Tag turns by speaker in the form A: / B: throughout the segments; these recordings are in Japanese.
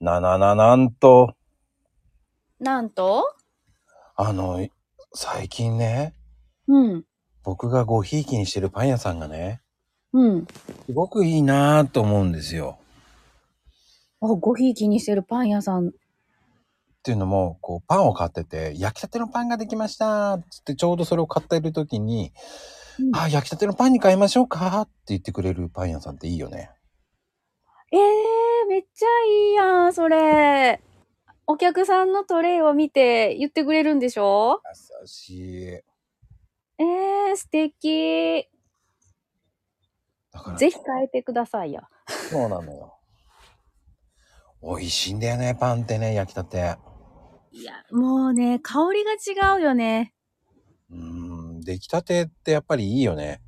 A: ななななんと、
B: なんと
A: あの、最近ね、
B: うん。
A: 僕がごひいきにしてるパン屋さんがね、
B: うん。
A: すごくいいなぁと思うんですよ。
B: あ、ごひいきにしてるパン屋さん。
A: っていうのも、こう、パンを買ってて、焼きたてのパンができましたっつって、ちょうどそれを買っている時に、
B: うん
A: あ、焼きたてのパンに変えましょうかって言ってくれるパン屋さんっていいよね。
B: えー、めっちゃいいやん、それ。お客さんのトレイを見て言ってくれるんでしょ
A: 優しい。
B: えー、素敵。
A: だから、
B: ぜひ変えてくださいや。
A: そうなのよ。美味しいんだよね、パンってね、焼きたて。
B: いや、もうね、香りが違うよね。
A: うーん、出来たてってやっぱりいいよね。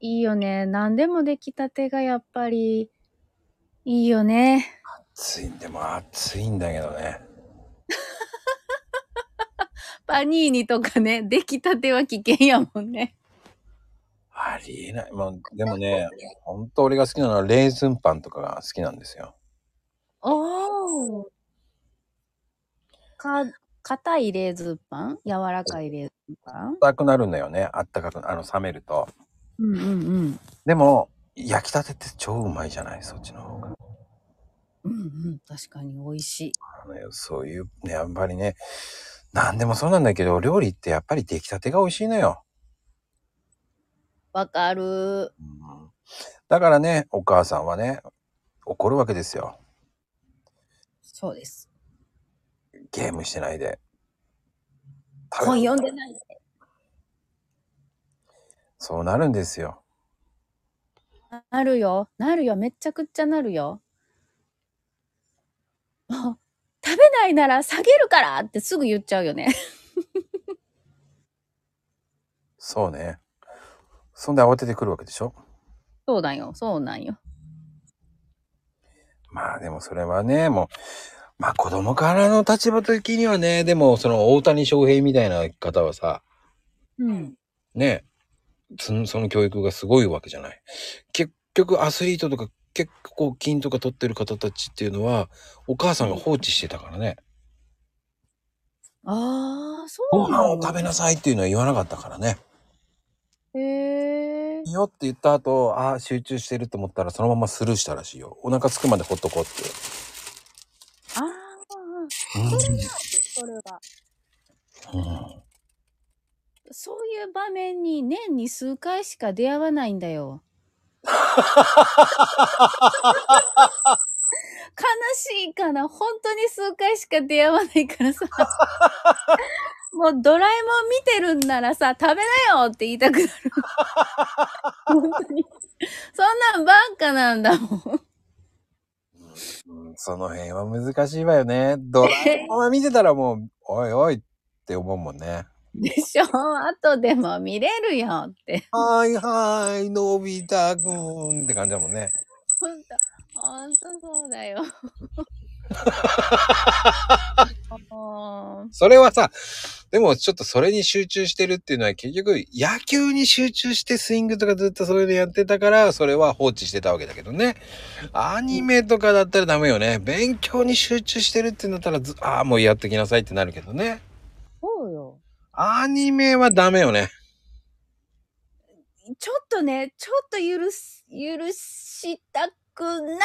B: いいよね。何でもできたてがやっぱり、いいよね。
A: 暑いんでも暑いんだけどね。
B: パニーニとかね、できたては危険やもんね。
A: ありえない。まあ、でもね、ほんと俺が好きなのはレーズンパンとかが好きなんですよ。
B: おお。か、硬いレーズンパン柔らかいレーズンパン
A: 硬くなるんだよね。あったかく、あの、冷めると。
B: うんうん
A: でも、焼きたてって超うまいじゃない、そっちの方が。
B: うん。うんうん。確かに美味しい。
A: あのねそういう、ね、やっぱりね、なんでもそうなんだけど、料理ってやっぱり出来たてが美味しいのよ。
B: わかる。
A: うんだからね、お母さんはね、怒るわけですよ。
B: そうです。
A: ゲームしてないで。
B: 本読んでない。
A: そうなるんですよ。
B: なるよ。なるよ。めっちゃくっちゃなるよ。もう食べないなら下げるからってすぐ言っちゃうよね。
A: そうね。そんで慌ててくるわけでしょ
B: そうだよ。そうなんよ。
A: まあでもそれはね、もう、まあ子供からの立場的にはね、でもその大谷翔平みたいな方はさ、
B: うん。
A: ね、そのその教育がすごいわけじゃない。結局アスリートとか結構筋とか取ってる方たちっていうのは、お母さんが放置してたからね、
B: ああ、そ
A: ご
B: うな
A: 飯
B: の
A: を食べなさいっていうのは言わなかったからね。
B: へえ。
A: いいよって言った後、ああ、集中してると思ったらそのままスルーしたらしいよ。お腹すくまでほっとこうって。
B: ああ、
A: うん
B: それは。
A: うん
B: そういう場面に年に数回しか出会わないんだよ。悲しいかな本当に数回しか出会わないからさ。もうドラえもん見てるんならさ、食べなよって言いたくなる。本当に。そんなんばっかなんだもん。
A: うんその辺は難しいわよね。ドラえもんは見てたらもう、おいおいって思うもんね。
B: でしょ後でも見れるよって。
A: はいはい、のび太くんって感じだもんね。
B: ほんと、ほんとそうだよ。もう
A: それはさ、でもちょっとそれに集中してるっていうのは結局野球に集中してスイングとかずっとそれでやってたから、それは放置してたわけだけどね。アニメとかだったらダメよね。勉強に集中してるってなったらず、ああ、もうやってきなさいってなるけどね。
B: そうよ。
A: アニメはダメよね。
B: ちょっとね、ちょっと許す、許したくない。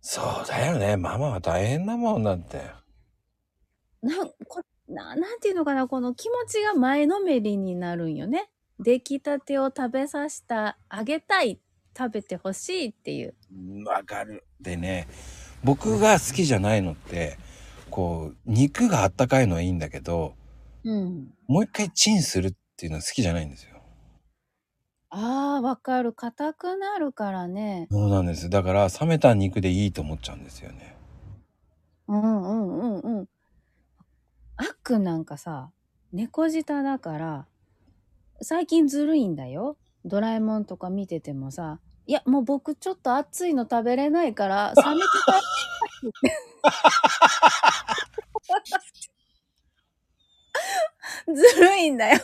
A: そうだよね。ママは大変だもんだって。
B: なん、こななんていうのかな、この気持ちが前のめりになるんよね。出来たてを食べさせた、あげたい、食べてほしいっていう。
A: うんわかる。でね、僕が好きじゃないのって、こう、肉があったかいのはいいんだけど、
B: うん。
A: もう一回チンするっていうのは好きじゃないんですよ。
B: ああ、わかる。硬くなるからね。
A: そうなんです。だから、冷めた肉でいいと思っちゃうんですよね。
B: うんうんうんうん。あっくんなんかさ、猫舌だから、最近ずるいんだよ。ドラえもんとか見ててもさ、いや、もう僕ちょっと熱いの食べれないから、冷めてたい。 ずるいんだよ。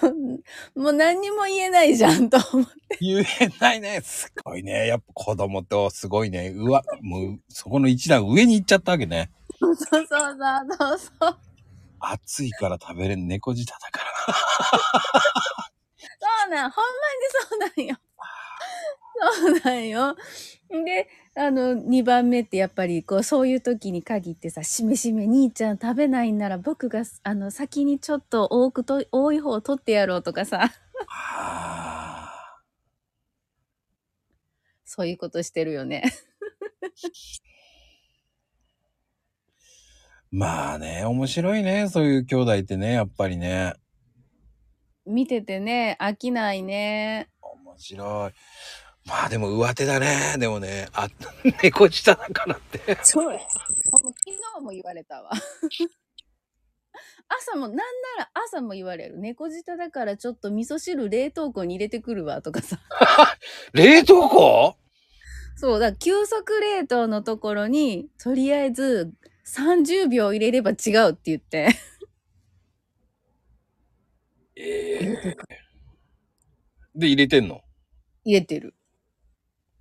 B: もう何にも言えないじゃんと思って。
A: 言えないね。すごいね。やっぱ子供ってすごいね。うわ、もう、そこの一段上に行っちゃったわけね。
B: そうそうそうそう。
A: 暑いから食べれん猫舌だから。
B: そうなん、ほんまにそうなんよ。そうなんよ。で、あの、2番目ってやっぱり、こう、そういう時に限ってさ、しめしめ兄ちゃん食べないんなら僕が、あの、先にちょっと多くと、多い方を取ってやろうとかさ、
A: あ
B: そういうことしてるよね。
A: ーまあね、面白いね。そういう兄弟ってね、やっぱりね。
B: 見ててね、飽きないね。
A: 面白い。まあでも上手だね。でもね、あ、 猫舌だからって。
B: そうや。昨日も言われたわ。朝も、なんなら朝も言われる。猫舌だからちょっと味噌汁冷凍庫に入れてくるわとかさ。
A: 冷凍庫
B: そう、だから急速冷凍のところに、とりあえず30秒入れれば違うって言って。
A: ええで、入れてんの
B: 入れてる。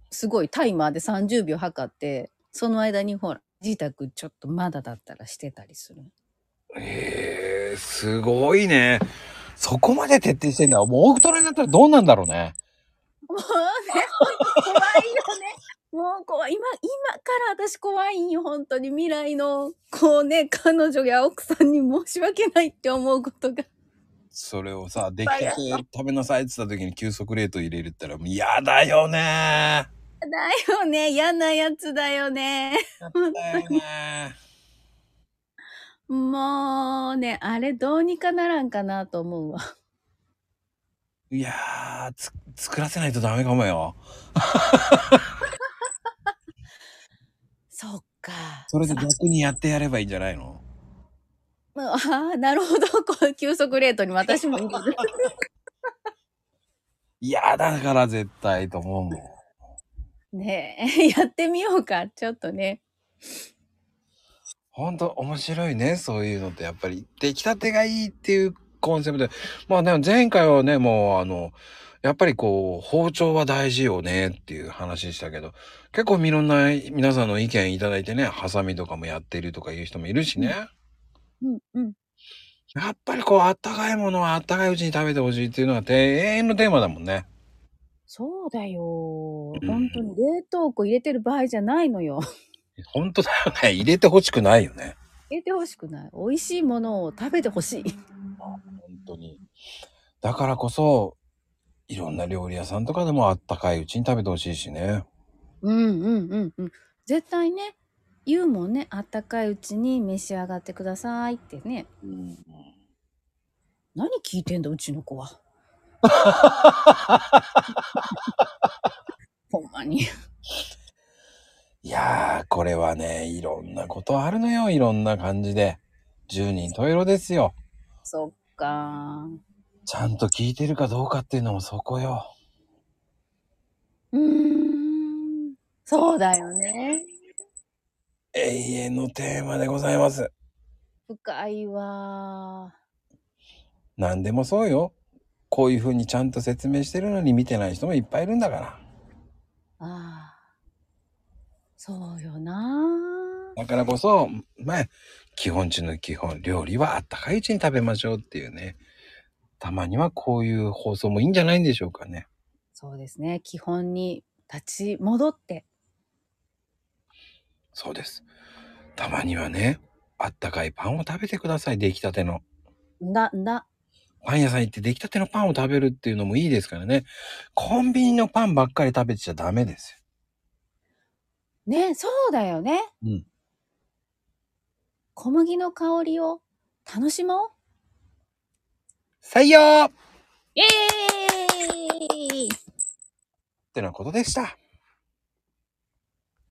B: すごい、タイマーで30秒測って、その間にほら、自宅ちょっとまだだったらしてたりする。
A: ええすごいね。そこまで徹底してんだ。もう大トラになったらどうなんだろうね。
B: もうね、怖いよね。 もう怖い。今、今から私怖いんよ、本当に。未来の、こうね、彼女や奥さんに申し訳ないって思うことが。
A: それをさ、出来たて食べなさいって言った時に急速冷凍入れるったら、もう嫌だよね
B: だよね。嫌なやつだよね。
A: だよね
B: もうね、あれどうにかならんかなと思うわ。
A: いやーつ、作らせないとダメかもよ。
B: そっか。
A: それで逆にやってやればいいんじゃないの
B: もうああ、なるほど。 こう、急速レートに私も入 れる。
A: 嫌だから絶対と思うもん。
B: ね え、やってみようか。ちょっとね。
A: ほんと面白いね、そういうのって。やっぱり、出来たてがいいっていうコンセプトで。まあでも前回はね、もうあの、やっぱりこう、包丁は大事よねっていう話したけど、結構いろんな皆さんの意見いただいてね、ハサミとかもやってるとかいう人もいるしね。
B: うん、うん。
A: やっぱりこう、あったかいものはあったかいうちに食べてほしいっていうのは永遠のテーマだもんね。
B: そうだよ。
A: うん
B: 本当に冷凍庫入れてる場合じゃないのよ。
A: ほんとだよね。入れてほしくないよね。
B: 入れてほしくない。美味しいものを食べてほしい。
A: 本当に。だからこそ、いろんな料理屋さんとかでもあったかいうちに食べてほしいしね。
B: うん、うん、うん、うん。絶対ね、言うもんね。あったかいうちに召し上がってくださいってね。何聞いてんだ、うちの子 は。ほんまに。
A: いやー、これはね、いろんなことあるのよ。いろんな感じで。十人十色ですよ。
B: そっかー。
A: ちゃんと聞いてるかどうかっていうのもそこよ。
B: うーん。そうだよね。
A: 永遠のテーマでございます。
B: 深いわ
A: 何でもそうよ。こういう風にちゃんと説明してるのに見てない人もいっぱいいるんだから。
B: ー。あーそうよなー。
A: だからこそ、まあ、基本中の基本、料理はあったかいうちに食べましょうっていうね。たまにはこういう放送もいいんじゃないんでしょうかね。
B: そうですね。基本に立ち戻って。
A: そうです。たまにはね、あったかいパンを食べてください。出来たての。
B: んだ、んだ。
A: パン屋さん行って出来たてのパンを食べるっていうのもいいですからね。コンビニのパンばっかり食べちゃダメです
B: ね、そうだよね。
A: よ。うん。
B: 小麦の香りを楽しもう。
A: 採用っ
B: イエーイ
A: てなことでした。